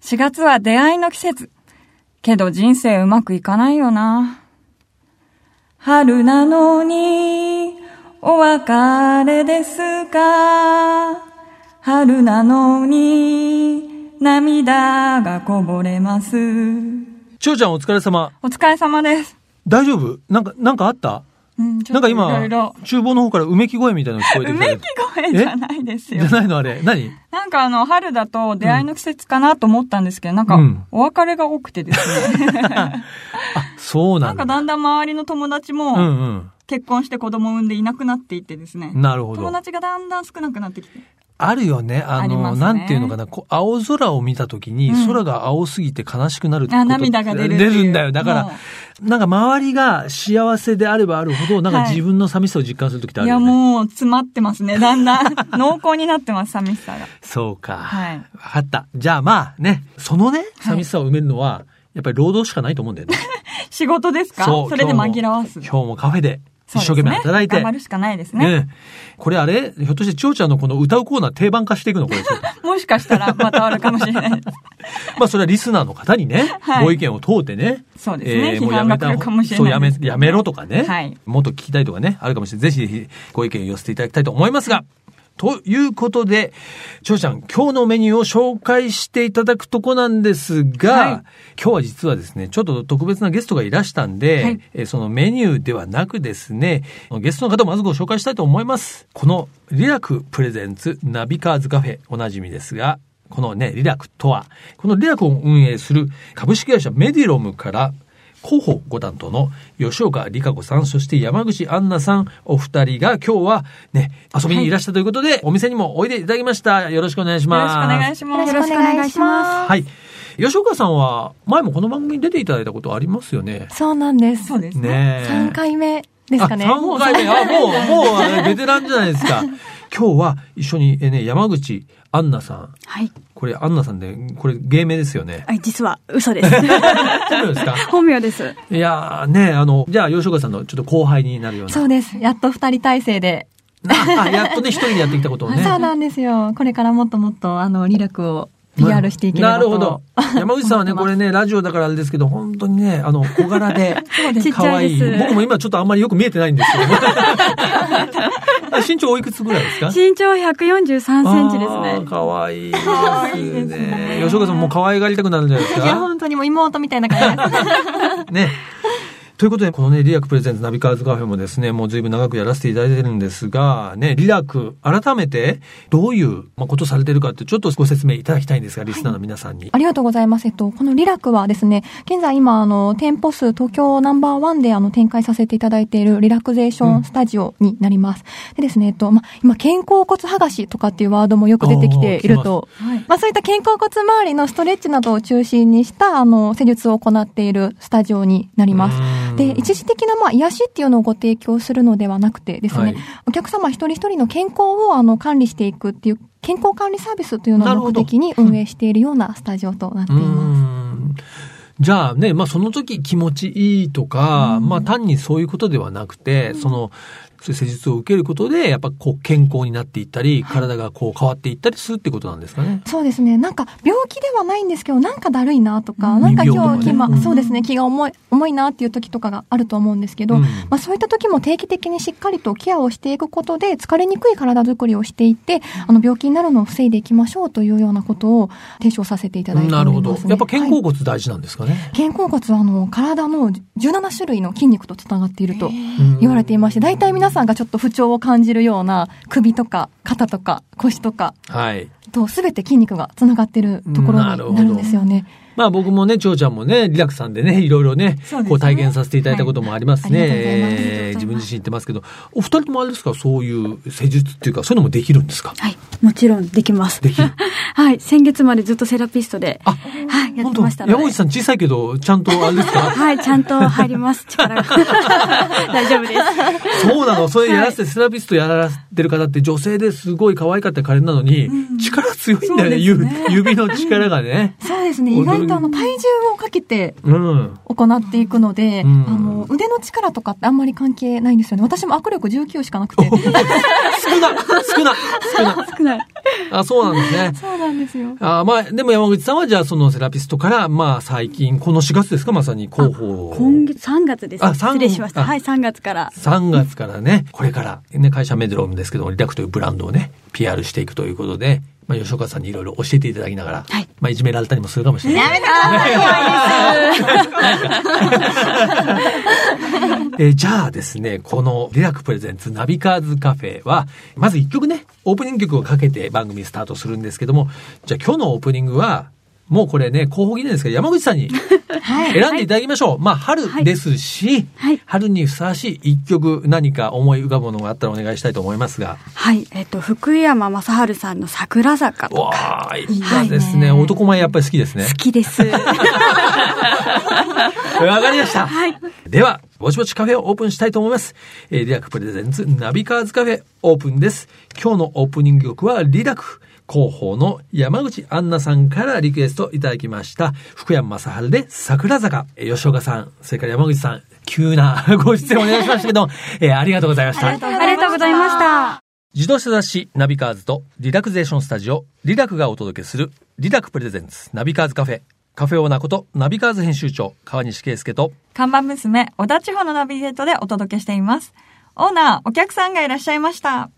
4月は出会いの季節。けど人生うまくいかないよな。春なのに、お別れですか春なのに、涙がこぼれます。ちおちゃんお疲れ様。お疲れ様です。大丈夫なんか、なんかあったうん、ちょなっんとかい今ろいろ、。厨房の方からうめき声みたいなの聞こえてうきためけどき声じゃないです よじ。ゃないのあれ。何なんかあの、春だと出会いの季節かなと思ったんですけど、なんかうん、お別れが多くてですね。 そうななんんだ。かだんだん周りの友達うも、ん結婚して子供産んでいなくなっていってですね。うん。なるほ友ど。達がだんだん少なくなってきて。あるよね。あありの、ますねなんていうのかな。こう青空を見たときに、うん空が青すぎて悲しくなるってことあ、涙が出るってい出う。るんだよ。だからも、なんか周りが幸せであればあるほど、なんかはい自分の寂しさを実感するときってあう。いるよや、ね。もう、詰まってますね。だんだん、濃厚になってます、寂しさが。そうか。はいわかった。じゃあまあね、そのね、寂しさを埋めるのは、やっぱり労働しかないと思うんだよね。仕事ですかそうれで紛らわす。今日もカフェでそ一うです生懸命働いて。ね、頑張るしかないですね。うんこれあれひょっとして千代ちゃんのこの歌うコーナー定番化していくのこれ。ち ょっともしかしたら、またあるかもしれないです。まあそれはリスナーの方にね、はいご意見を問うてね。そうですね。えー批判が来るかもしれそうなやいでめす、やめろとかね、はいもっと聞きたいとかね、あるかもしれない。ぜひぜひご意見寄せていただきたいと思いますが、ということで、ちょうちゃん、今日のメニューを紹介していただくとこなんですが、はい今日は実はですね、ちょっと特別なゲストがいらしたんで、はいえーそのメニューではなくですね、ゲストの方をまずご紹介したいと思います。このリラクプレゼンツナビカーズカフェおなじみですが、このね、リラクとは、このリラクを運営する株式会社メディロムから広報ご担当の吉岡里香子さん、そして山口杏奈さん、お二人が今日はね、遊びにいらしたということで、お店にもおいでいただきました。よろしくお願いしよ まろしす。くお願いします。よろしくお願いしまはい。吉岡さんは、前もこの番組に出ていただいたことありますよね。そうなんです。そうですね。ねえ。三回目ですかね。あ、3回目。あ、もう、もうえ、ベテランじゃないです か。今日は一緒に、えね、山口アンナさん。はい。これ、アンナさんで、これ、芸名ですよね。あ実は 嘘です。そうですか本名です。いやーね、あの、じゃあ、吉岡さんのちょっと後輩になるような。そうです。やっと二人体制で。あ、あやっとね、一人でやってきたことをそうね。なんですよ。これからもっともっと、あの、リラクを PR していければなと。るほ ど。山口さんはね、これね、ラジオだからあれですけど、本当にね、あの、小柄 で、です可愛いちっちゃいです僕も今ちょっとあんまりよく見えてないん ですけど。あ身長おいくつぐらいですか身長143センチですあーね。可愛いで可愛いですすねね。吉岡さんも可愛がりたくなるんじゃないですいや、か本当にもう妹みたいな感じです。 ね。ということで、このね、リラクプレゼンツナビカーズカフェもですね、もう随分長くやらせていただいてるんですが、ね、リラク、改めて、どういうまあことされてるかって、ちょっとご説明いただきたいんですが、リスナーの皆さんに。ありがとうございます。えっと、このリラクはですね、現在今、あの、店舗数東京ナンバーワンであの、展開させていただいているリラクゼーションスタジオになります。でですね、えっと、ま、今、肩甲骨剥がしとかっていうワードもよく出てきているとはい。まあ、そういった肩甲骨周りのストレッチなどを中心にした、あの、施術を行っているスタジオになります。すで、一時的な、まあ、癒しっていうのをご提供するのではなくてですね、はいお客様一人一人の健康をあの管理していくっていう、健康管理サービスというのなをるほ目ど的に運営しているようなスタジオとなっています。うんじゃあね、まあその時気持ちいいとか、まあ単にそういうことではなくて、その、そういう施術を受けることで、やっぱこう健康になっていったり、体がこう変わっていったりするってことなんですかね。そうですね。なんか、病気ではないんですけど、なんかだるいなとか、うんなんか耳病とか今ねう日、気まんそうですね、気が重い、重いなっていう時とかがあると思うんですけど、うんまあ、そういった時も定期的にしっかりとケアをしていくことで、疲れにくい体づくりをしていって、あの、病気になるのを防いでいきましょうというようなことを提唱させていただいておなります、るね。ほど。やっぱ肩はい甲骨大事なんですかね。肩甲骨はあの体の17種類の筋肉とつながっているとうん言われていまして、大体皆さんがちょっと不調を感じるような首とか肩とか腰とかはい。と全て筋肉がつながっているところなるほどになるんですよね。まあ僕もね、ちょうちゃんもね、リラクさんでね、いろいろそうね、ですねこう体験させていただいたこともありますね。はいありがとうございますえー自分自身言ってますけど、お二人ともあれですか、そういう施術っていうか、そういうのもできるんですかはい。もちろんできます。でき る。はい。先月までずっとセラピストで、あはい、やっ本て当ましたの山で口。さん小さいけど、ちゃんとあれですか はい、ちゃんと 入ります。力が。大丈夫です。そうなの、それやらせて、セラピストやらってる方って女性ですごい可愛かったカレンなのに、力強いんだよねそうですねゆ指の力がね。そうですね。意外とあの体重をかけて うん。行っていくので、うんあの腕の力とかってあんまり関係ないんですよね。私も握力19しかなくて。少な少な少な少ない。あ、そうなんですね。そうなんですよ。あーまあ、でも山口さんはじゃあそのセラピストから、まあ最近、この4月ですかまさに広報を。今月、3月です。あ3失礼しました。あはい、3月から。 3月からね、これから、ね、会社メドロームですけども、リラクというブランドをね、PR していくということで、まあ、吉岡さんにいろいろ教えていただきながら、はいまあ、いじめられたりもするかもしれない。えーじゃあですね、このリラクプレゼンツナビカーズカフェは、まず1曲ね、オープニング曲をかけて番組スタートするんですけども、じゃあ今日のオープニングは、もうこれね、候補議連ですけど、山口さ んに選んでいただきましょう。まあ、春ですし、はい春にふさわしい一曲、何か思い浮かぶものがあったらお願いしたいと思いますが。はい、えっと、福山雅治さんの桜坂とか。わあ、いいですね。はい男前やっぱり好きですね好。きです。わかりました。では、ぼちぼちカフェをオープンしたいと思います。えーリラクプレゼンツナビカーズカフェオープンです。今日のオープニング曲はリラク。広報の山口杏奈さんからリクエストいただきました。福山雅治で桜坂。えー吉岡さん、それから山口さん、急なご出演お願いしましたけど、えーありがとうございました。ありがとうございました。自動車雑誌ナビカーズとリラクゼーションスタジオリラクがお届けするリラクプレゼンツナビカーズカフェ。カフェオーナーことナビカーズ編集長川西圭介と看板娘、小田地方のナビゲートでお届けしています。オーナー、お客さんがいらっしゃいました。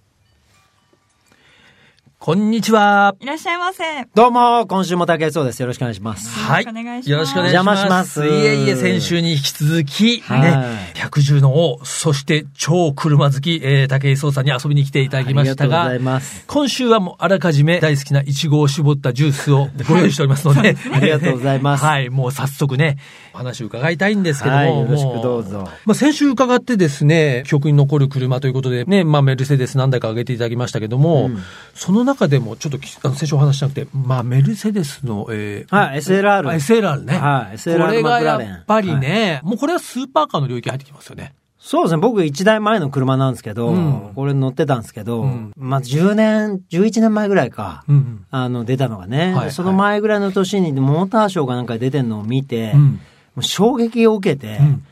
こんにちは。いらっしゃいませ。どうも、今週も竹井壮です。よろしくお願いします。はい。よろしくお願いしますよろしくお願いしお邪ま魔す。しますいえいえ、先週に引き続き、はね、百獣の王、そして超車好き、えー、武井壮さんに遊びに来ていただきましたが、ありがとうございます今週はもうあらかじめ大好きなイチゴを絞ったジュースをご用意しておりますので、 ありがとうございますはい、もう早速ね、お話を伺いたいんですけども、はいよろしくもどうぞまあ、先週伺ってですね、記憶に残る車ということで、ね、まあ、メルセデス何台か挙げていただきましたけども、その中でもちょっときあの先週お話ししなくて、まあ、メルセデスの、えーはあい、SLR。 SLR ね。はい、SLR これがやっぱりマクラーレン。はね、いもうこれはスーパーカーの領域入ってきますよね。そうですね、僕一台前の車なんですけど、うんこれ乗ってたんですけど、うんまあ10年、11年前ぐらいか、うんあの、出たのがね、はいその前ぐらいの年にモーターショーがなんかで出てるのを見て、うん。もう衝撃を受けて、うん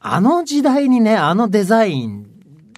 あの時代にね、あのデザイン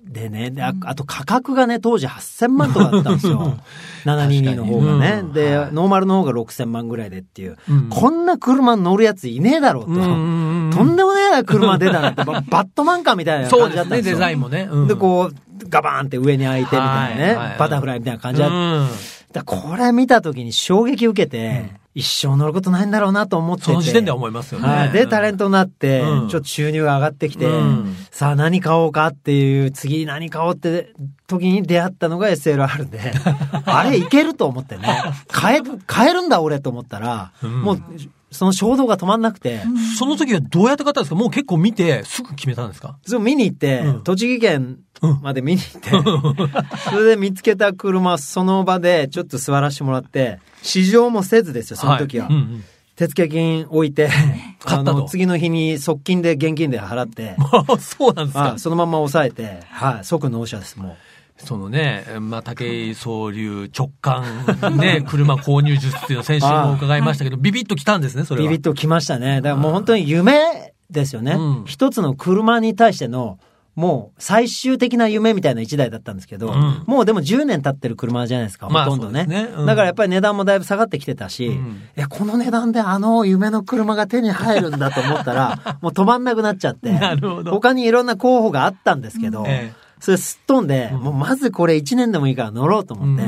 でね、でああと価格がね、当時8000万とかだったんですよ。722の方がね。うんで、はいノーマルの方が6000万ぐらいでっていう、うんこんな車乗るやついねえだろうと。うんとんでもねえ車出たなって、ばバットマンかみたいなそう感でじだすったんでね、すよ。デザインもね。うんで、こう、ガバーンって上に開いてみたいなね、はいはいバタフライみたいな感じだった。うんだからこれ見た時に衝撃受けて、一生乗ることないんだろうなと思ってて。その時点では思いますよね。はい。で、タレントになって、うんちょっと収入が上がってきて、うんさあ何買おうかっていう、次何買おうって時に出会ったのが SLR で、あれいけると思ってね、買え、買えるんだ俺と思ったら、うんもう、その衝動が止まんなくて、その時はどうやって買ったんですかもう結構見て、すぐ決めたんですかそう見に行って、うん栃木県まで見に行って、 それで見つけた車、その場でちょっと座らせてもらって、試乗もせずですよ、その時は。いうんうん手付金置いて、買あったとの、次の日に側金で現金で払って、あそうなんです はかい、。そのまんま押さえて、はい、即納車です、もう。そのね、まあ、武井総流直感、 ね、車購入術っていうのを先週も伺いましたけど、ビビッときたんですね、それは。ビビッときましたね。だからもう本当に夢ですよね。うん一つの車に対しての、もう最終的な夢みたいな一台だったんですけど、うんもうでも10年経ってる車じゃないですか、まあほとんどね。そうですねうんだからやっぱり値段もだいぶ下がってきてたし、んいや、この値段であの夢の車が手に入るんだと思っ たら、もう止まんなくなっちゃって、なるほど他にいろんな候補があったんですけど、ええそれすっ飛んで、もうまずこれ1年でもいいから乗ろうと思って、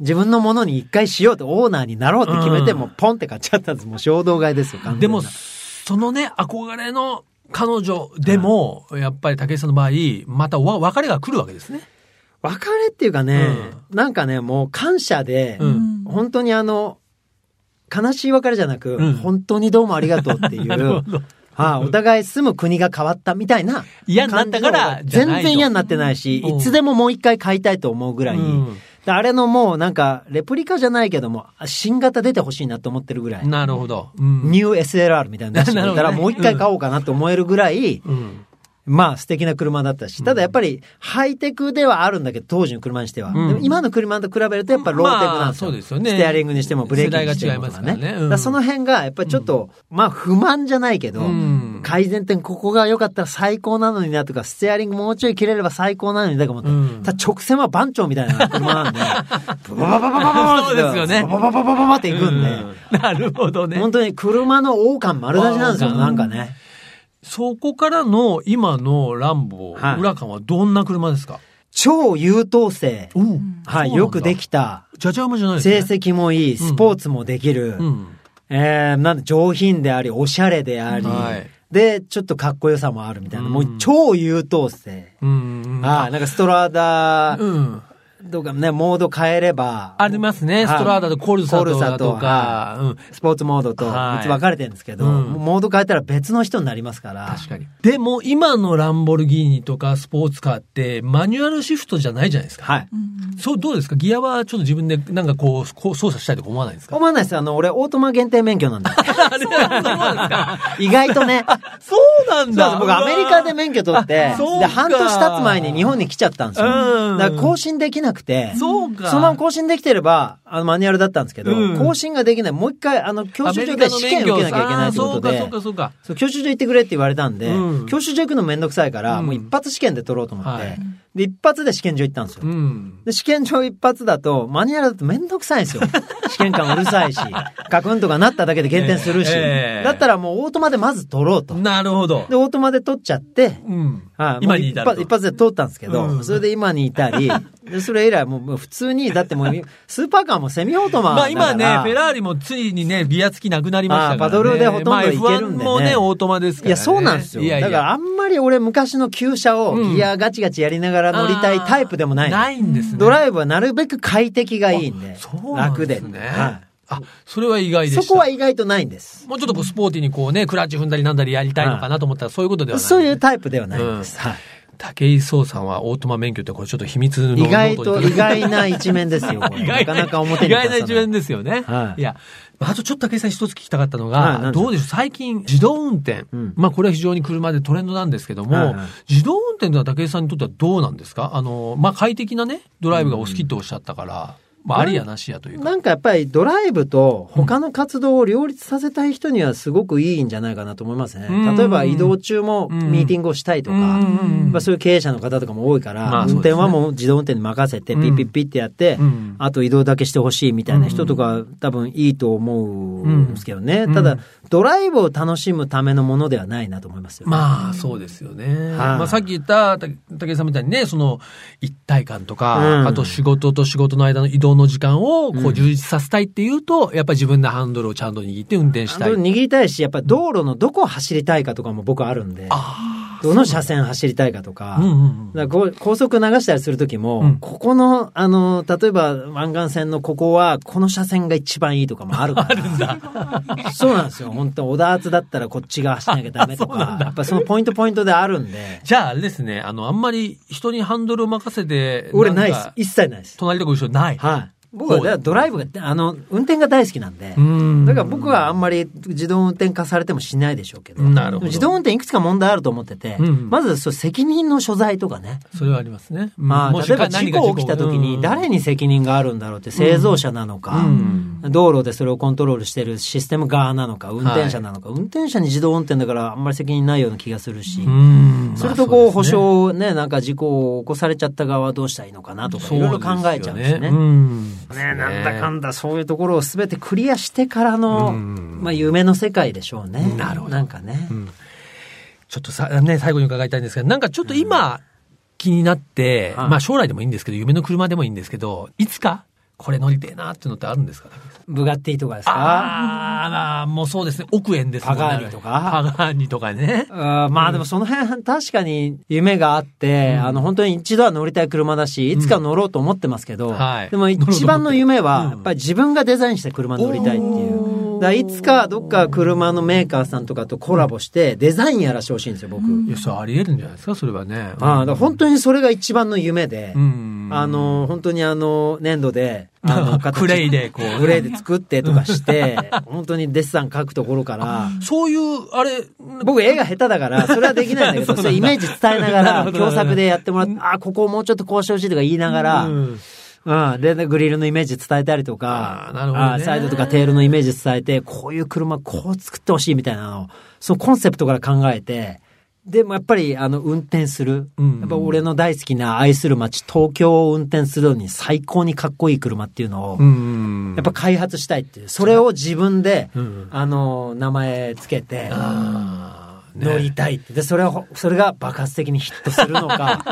自分のものに一回しようとオーナーになろうって決めて、うんもうポンって買っちゃったんです。もう衝動買いですよ、完全でなも、そのね、憧れの彼女でも、やっぱり武井さんの場合、またわ別れが来るわけですね。別れっていうかね、なんかね、もう感謝で、うん本当にあの、悲しい別れじゃなく、うん本当にどうもありがとうってい なるほうど、はいお互い住む国が変わったみたいな。嫌になったからじゃ全ないと然嫌になってないし、うんいつでももう一回買いたいと思うぐらい、うんであれのもうなんか、レプリカじゃないけども、新型出てほしいなと思ってるぐらい。なるほど。うん。ニュー SLR みたいなの出してくれた なるら、ほどねもう一回買おうかなって思えるぐらい、うんまあ素敵な車だったし、ただやっぱりハイテクではあるんだけど、当時の車にしては。うんでも今の車と比べるとやっぱローテクなんですまあそよ。うですよねステアリングにしてもブレーキにしてもとか世代が違いますね。からねうんだからその辺がやっぱりちょっと、まあ不満じゃないけど、うん改善点ここが良かったら最高なのになとか、ステアリングもうちょい切れれば最高なのにだとか思って、うんただ直線は番長みたいな車なんで、バババババババってそうですよねバババババババって行くんで、うんなるほどね。本当に車の王冠丸出しなんですよ、王な冠んかね。そこからの今のランボはいー、ウラカンはどんな車ですか超優等生。おうはい、そうなんだよくできた。じゃじゃ馬じゃないです成ね。績もいい、スポーツもできる。うん。えー、なんだ上品であり、おしゃれであり。はいで、ちょっとかっこよさもあるみたいな。うんもう超優等生。うんうん。ああ、なんかストラダうん。とかね、モード変えれば。ありますはね。いストラーダとコルサコルとサかととか。うん。スポーツモードとはい3つ分かれてるんですけど、うんもうモード変えたら別の人になりますから。確かに。でも今のランボルギーニとかスポーツカーってマニュアルシフトじゃないじゃないですか。はい。そう、どうですかギアはちょっと自分でなんかこう、こう操作したいとか思わないんですか思わないです。あの、俺、オートマ限定免許な んだ。 意外とね。そうなんそうですだ僕アメリカで免許取って、あそうかで、半年経つ前に日本に来ちゃったんですよ。うんだから更新できなくて、そうか。そのまま更新できてれば、あの、マニュアルだったんですけど、うん更新ができない。もう一回、あの、教習所で試験受けなきゃいけないってことあーそうでか、そうか、そう教習所行ってくれって言われたんで、うん教習所行くのめんどくさいから、うんもう一発試験で取ろうと思って、はいで、一発で試験場行ったんですよ。そうか。うん。で、試験場一発だと、マニュアルだとめんどくさい んですよ。試験官うるさいし、ガクンとかなっただけで減点するし、ええだったらもうオートマでまず取ろうと。なるほどで、。オートマで取っちゃって、うん。はい今に至るもう一発一発で通ったんですけど、うんそれで今にい たり、でそれ以来もうもう普通に、だってもうスーパーカーもセミオートまあマだから。今ね、フェラーリもついにね、ビア付きなくなりましたからね。あーパドルでほとんどまあいけるん F1 でねもね、オートマですからいね。や、そうなんですよ。いやいやだからあんまり俺昔の旧車をうんギアガチガチやりながら乗りたいタイプでもないの。ないんですね。ドライブはなるべく快適がいいんで、そうなん楽でで。すね。はあ、それは意外いでした。そこは意外とないんです。もうちょっとこうスポーティーにこうね、クラッチ踏んだりなんだりやりたいのかなと思ったら、そういうことではない。そういうタイプではないんです。はい武井壮さんはオートマ免許ってこれちょっと秘密の意外とな意外な一面ですよ。これ意外なかなか表に意出さ外な一面ですよね。はいい、や、あとちょっと竹井さん一つ聞きたかったのが、はいなんですかどうでしょう最近自動運転、うんまあこれは非常に車でトレンドなんですけども、はいはい自動運転というのは竹井さんにとってはどうなんですかあの、まあ快適なね、ドライブがお好きっておっしゃったから、まあありやなしやというか。なんかやっぱりドライブと他の活動を両立させたい人にはすごくいいんじゃないかなと思いますね。うん例えば移動中もうんミーティングをしたいとか、うんうんうんまあ、そういう経営者の方とかも多いから、まあ運そうですね転はもう自動運転に任せてうんピッピッピッってやって、うんあと移動だけしてほしいみたいな人とか多分いいと思うんですけどね。うんたうだん、ドライブを楽しむためのものではないなと思いますよ。まあ、そうですよね。はいまあ、さっき言った、た武井さんみたいにね、その、一体感とか、うんあと仕事と仕事の間の移動の時間を、こう、充実させたいっていうと、やっぱり自分でハンドルをちゃんと握って運転したい。握りたいし、やっぱり道路のどこを走りたいかとかも僕あるんで、どの車線走りたいかとか、うんうんうん。だからこう高速流したりする時も、うんここの、あの、例えば湾岸線のここは、この車線が一番いいとかもある から。そうなんですよ。本当小田厚だったらこっちが走らなきゃ ダメとか、やっぱそのポイントポイントであるんで、じゃあ、あれですね、あの、あんまり人にハンドルを任せて、俺ないんでかす。一切ないです。隣とこ一緒ない。はい。僕はだからドライブが、あの、運転が大好きなんで、うんだから僕はあんまり自動運転化されてもしないでしょうけど、なるほど自動運転いくつか問題あると思ってて、うんまずそう責任の所在とかね、それはありますね。まあ、もし例えば事故起きた時に誰に責任があるんだろうって製造者なのか、道路でそれをコントロールしてるシステム側なのか、運転者なのか、運転者に自動運転だからあんまり責任ないような気がするし、うん、それとこうまあ保そですね証ね、なんか事故を起こされちゃった側はどうしたらいいのかなとか、いろいろ考えちゃうんですね。そうんですよね、なんだかんだそういうところを全てクリアしてからの、うんまあ夢の世界でしょうね。なるほどなんかね。ちょっとさ、ね、最後に伺いたいんですけど、なんかちょっと今、気になって、はいまあ将来でもいいんですけど、夢の車でもいいんですけど、いつか、これ乗りてえなっていうのってあるんですかブガッティとかですかああ、まあ、もうそうですね。億円ですもんね。パガーニとかパガーニとかね。あーまあでもその辺確かに夢があって、あの本当に一度は乗りたい車だし、いつか乗ろうと思ってますけど、はいでも一番の夢乗ろうと思ってはる、やっぱり自分がデザインした車に乗りたいっていう。おーだからいつかどっか車のメーカーさんとかとコラボしてデザインやらしてほしいんですよ、僕。いや、それありえるんじゃないですか、それはね。ああ、だから本当にそれが一番の夢で、うんあの、本当にあの、粘土で、あの、形クレイでこうクレイで作ってと かして、本当にデッサン描くところから、そういう、あれ、僕絵が下手だから、それはできないんだけど、 そうなんだそれイメージ伝えな なるほがどら、なるほど共作でやってもらって、ああ、ここをもうちょっとこうしてほしいとか言いながら、ううんん、で、グリルのイメージ伝えたりとあかー、なるほどねあーサイドとかテールのイメージ伝えて、こういう車こう作ってほしいみたいなのを、そのコンセプトから考えて、でもやっぱり、あの、運転する。うんやっぱ俺の大好きな愛する街、東京を運転するのに最高にかっこいい車っていうのを、んやっぱ開発したいっていう。それを自分で、うんあの、名前つけて、あーね乗りたいって。で、それは、それが爆発的にヒットする のか、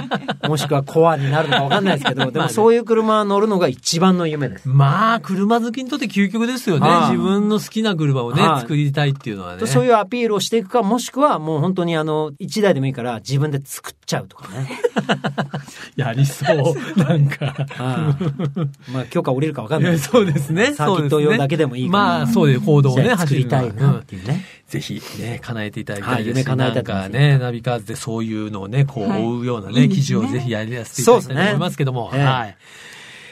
もしくはコアになるのかわかんないですけど、でもそういう車乗るのが一番の夢です。まあ、車好きにとって究極ですよね。はい自分の好きな車をねは、い作りたいっていうのはね。そういうアピールをしていくか、もしくはもう本当にあの、一台でもいいから自分で作っちゃうとかね。 やりそう。なん か。はいまあ、許可降りるかわかんいないやですけそうどですね。サーキット用だけけでもいいから。まあ、そういう行動をね、作走るりのはたいなっていうね。ぜひね、叶えていただきたいですはい夢し、叶なえたんいと思いかますね、ナビカーズでそういうのをね、こうはい追うようないね、いです記ね事をぜひやりやすいといただきたいと思いますけども、そうですねはい。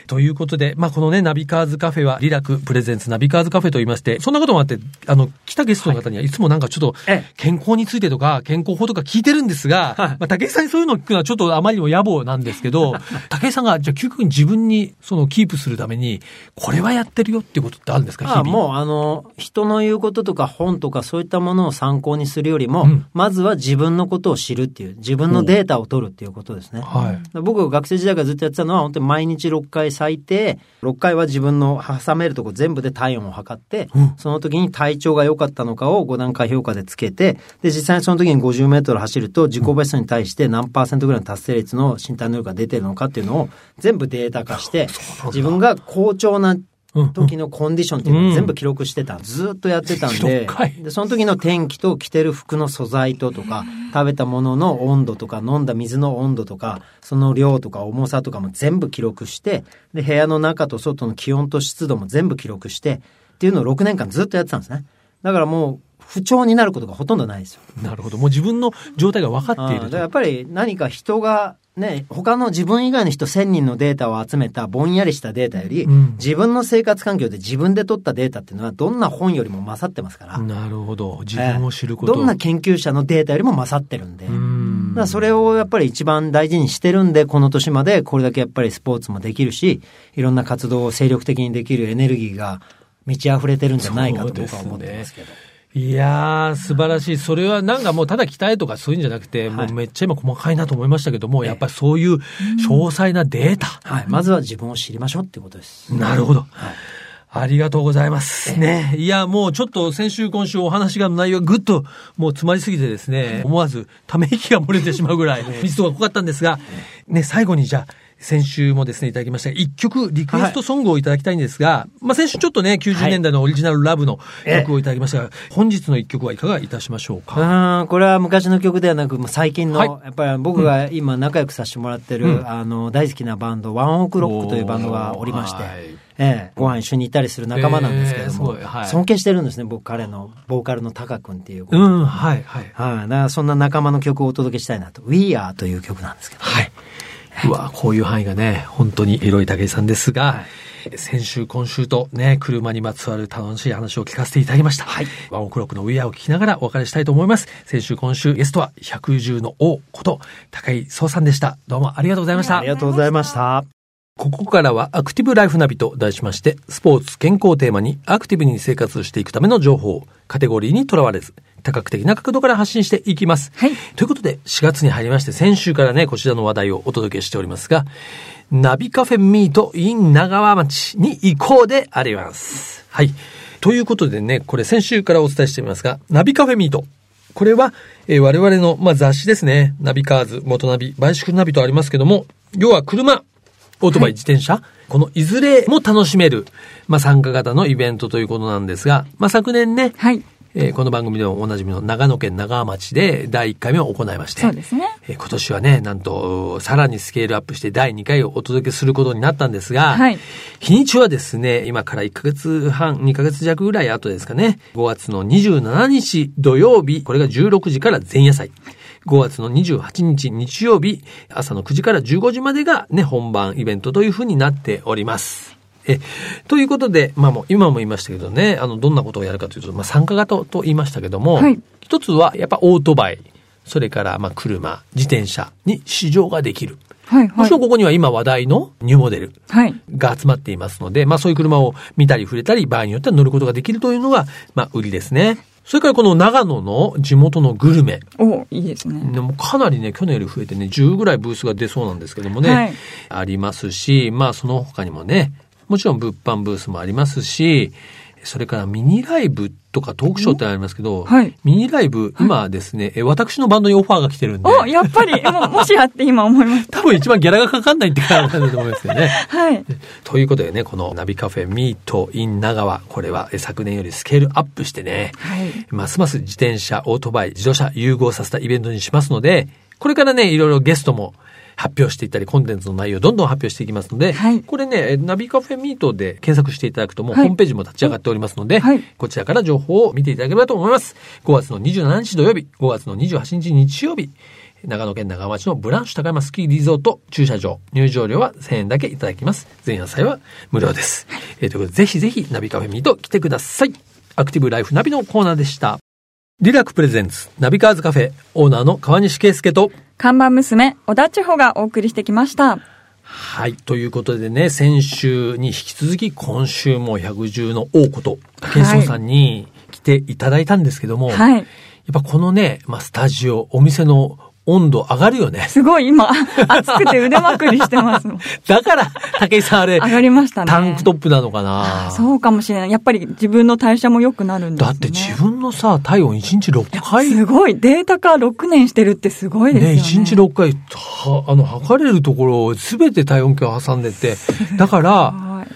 ということで、まあ、このね、ナビカーズカフェは、リラクプレゼンツナビカーズカフェと言いまして、そんなこともあって、あの、来たゲストの方にはいつもなんかちょっとええ、健康についてとか、健康法とか聞いてるんですが、はいまあ、武井さんにそういうのを聞くのはちょっとあまりにも野暮なんですけど、武井さんが、じゃあ、究極に自分に、その、キープするために、これはやってるよっていうことってあるんですか、日ああ々。もうあの人の言うこととか本とかそういったものを参考にするよりも、うんまずは自分のことを知るっていう自分のデータを取るっていうことですね。はい。僕学生時代からずっとやってたのは本当に毎日6回最低6回は自分の挟めるとこ全部で体温を測って、うんその時に体調が良かったのかを5段階評価でつけてで実際にその時に5 0ル走ると自己ベストに対して何パーセントぐらいの達成率の身体能力が出てるのかっていうのを全部データ化して自分が好調なうん時のコンディションっていうのうんを全部記録してた、ずーっとやってたんで了解でその時の天気と着てる服の素材ととか食べたものの温度とか飲んだ水の温度とかその量とか重さとかも全部記録してで部屋の中と外の気温と湿度も全部記録してっていうのを6年間ずっとやってたんですねだからもう不調になることがほとんどないですよなるほど。もう自分の状態が分かっていあーだるからやっと。ぱり何か人がね他の自分以外の人1000人のデータを集めたぼんやりしたデータより、うん自分の生活環境で自分で取ったデータっていうのはどんな本よりも勝ってますから、なるほど。自分を知ること。えーどんな研究者のデータよりも勝ってるんで、うんだからそれをやっぱり一番大事にしてるんで、この年までこれだけやっぱりスポーツもできるし、いろんな活動を精力的にできるエネルギーが満ち溢れてるんじゃないかと僕は思ってますけど。いやー、素晴らしい。それはなんかもうただ鍛えとかそういうんじゃなくて、もうめっちゃ今細かいなと思いましたけども、やっぱりそういう詳細なデータ。はい。まずは自分を知りましょうっていうことです。なるほど。はいありがとうございます。ね。いや、もうちょっと先週今週お話が内容がぐっともう詰まりすぎてですね、思わずため息が漏れてしまうぐらい密度が濃かったんですが、ね、最後にじゃあ、先週もですね、いただきました一曲リクエストソングをいただきたいんですが、まあ先週ちょっとね、90年代のオリジナルラブの曲をいただきましたが、本日の一曲はいかがいたしましょうか、うん、これは昔の曲ではなく、もう最近の、はいやっぱり僕が今仲良くさせてもらってる、うんあの、大好きなバンド、ワンオクロックというバンドがおりまして、ええ、ご飯一緒に行ったりする仲間なんですけれども、ええすごいはい尊敬してるんですね、僕彼の、ボーカルのタカ君っていう子。うん、はい、はい。はい、だからそんな仲間の曲をお届けしたいなと。We Are という曲なんですけど。はい。うわ、こういう範囲がね、本当に広い武井さんですが、先週、今週とね、車にまつわる楽しい話を聞かせていただきました。ワンオクロックのウィアーを聞きながらお別れしたいと思います。先週、今週、ゲストは、百獣の王こと、高井壮さんでした。どうもありがとうございました。ありがとうございました。ここからはアクティブライフナビと題しまして、スポーツ、健康をテーマにアクティブに生活していくための情報、カテゴリーにとらわれず、多角的な角度から発信していきます。はいということで、4月に入りまして、先週からね、こちらの話題をお届けしておりますが、ナビカフェミート in 長和町に行こうであります。はい。ということでね、これ先週からお伝えしていますが、ナビカフェミート。これは、えー我々の、まあ、雑誌ですね。ナビカーズ、元ナビ、バイシクルナビとありますけども、要は車、オートバイ、自転車、このいずれも楽しめる、まあ、参加型のイベントということなんですが、まあ、昨年ね、はい。えーこの番組でもおなじみの長野県長浜町で第1回目を行いまして、そうですね。えー今年はね、なんと、さらにスケールアップして第2回をお届けすることになったんですが、はい日にちはですね、今から1ヶ月半、2ヶ月弱ぐらい後ですかね、5月の27日土曜日、これが16時から前夜祭。5月の28日日曜日、朝の9時から15時までがね、本番イベントというふうになっております。え、ということで、まあもう今も言いましたけどね、あの、どんなことをやるかというと、まあ参加型と言いましたけども、はい一つはやっぱオートバイ、それからまあ車、自転車に試乗ができる。はいもはちろんい。ここには今話題のニューモデルはい。が集まっていますので、まあそういう車を見たり触れたり、場合によっては乗ることができるというのが、まあ売りですね。それからこの長野の地元のグルメ。おいいですね。でもかなりね、去年より増えてね、10ぐらいブースが出そうなんですけどもね、はいありますし、まあその他にもね、もちろん物販ブースもありますし、それからミニライブとかトークショーってありますけど、はいミニライブ、今ですね、え私のバンドにオファーが来てるんで、お、やっぱり、も、もしやって今思いました。多分一番ギャラがかかんないって感じだと思いますよね。はい。ということでね、このナビカフェミートイン長川、これはえ昨年よりスケールアップしてね、はい。ますます自転車、オートバイ、自動車融合させたイベントにしますので、これからね、いろいろゲストも発表していったり、コンテンツの内容をどんどん発表していきますので、はいこれね、えナビカフェミートで検索していただくともうはホいームページも立ち上がっておりますので、はいこちらから情報を見ていただければと思います。5月の27日土曜日、5月の28日日曜日、長野県長浜町のブランシュ高山スキーリゾート駐車場、入場料は1000円だけいただきます。前夜祭は無料です。えーということで、ぜひぜひナビカフェミート来てください。アクティブライフナビのコーナーでした。リラックプレゼンツ、ナビカーズカフェ、オーナーの川西圭介と、看板娘、小田千穂がお送りしてきました。はい。ということでね、先週に引き続き、今週も百獣の王こと、武井壮さんに来ていただいたんですけども、はやっい。ぱこのね、まあ、スタジオ、お店の温度上がるよね。すごい今、暑くて腕まくりしてますもん。 だから、武井さんあれ、上がりましたね。タンクトップなのかなあそうかもしれない。やっぱり自分の代謝も良くなるんですだね。って自分のさ、体温1日6回すごい。データ化6年してるってすごいですよね、ね。一日6回、はあの、測れるところを全て体温計を挟んで て、だから、はい。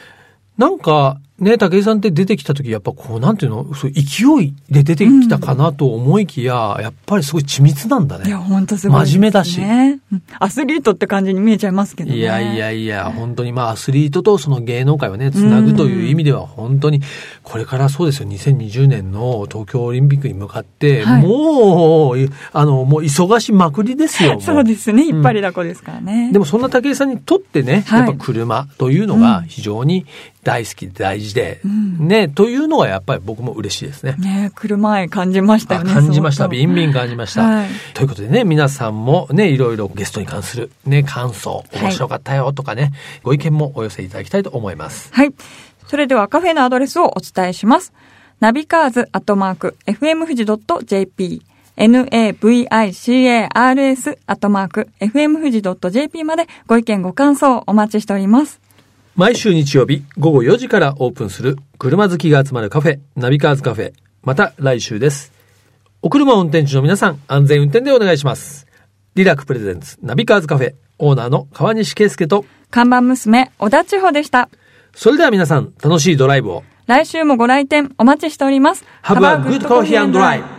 なんか、ね、武井さんって出てきた時、やっぱこう、なんていうの、そう勢いで出てきたかなと思いきや、やっぱりすごい緻密なんだいや、ね。本当すごいです、ね。真面目だしうんアスリートって感じに見えちゃいますけどね。いやいやいや、本当にまあアスリートとその芸能界をね、つなぐという意味では本当に、これからそうですよ、2020年の東京オリンピックに向かって、はいもう、あの、もう忙しまくりですよ。もそうですね。引っ張りだこですからね。でもそんな武井さんにとってね、はいやっぱ車というのが非常に大好きで大事で、ね、というのがやっぱり僕も嬉しいですね。ね車愛感じましたあよね。感じました。相当ビンビン感じました。はいということでね、皆さんもね、いろいろゲストに関するね、感想、い面白かったよとかね、ご意見もお寄せいただきたいと思います。はい。それではカフェのアドレスをお伝えします。ナビカーズアットマーク fmfuji.jp navicars アットマーク fmfuji.jp までご意見ご感想をお待ちしております。毎週日曜日午後4時からオープンする車好きが集まるカフェ、ナビカーズカフェ。また来週です。お車運転手の皆さん、安全運転でお願いします。リラックプレゼンツ、ナビカーズカフェ、オーナーの川西圭介と、看板娘、小田千穂でした。それでは皆さん、楽しいドライブを。来週もご来店お待ちしております。 Have a good coffee and drive!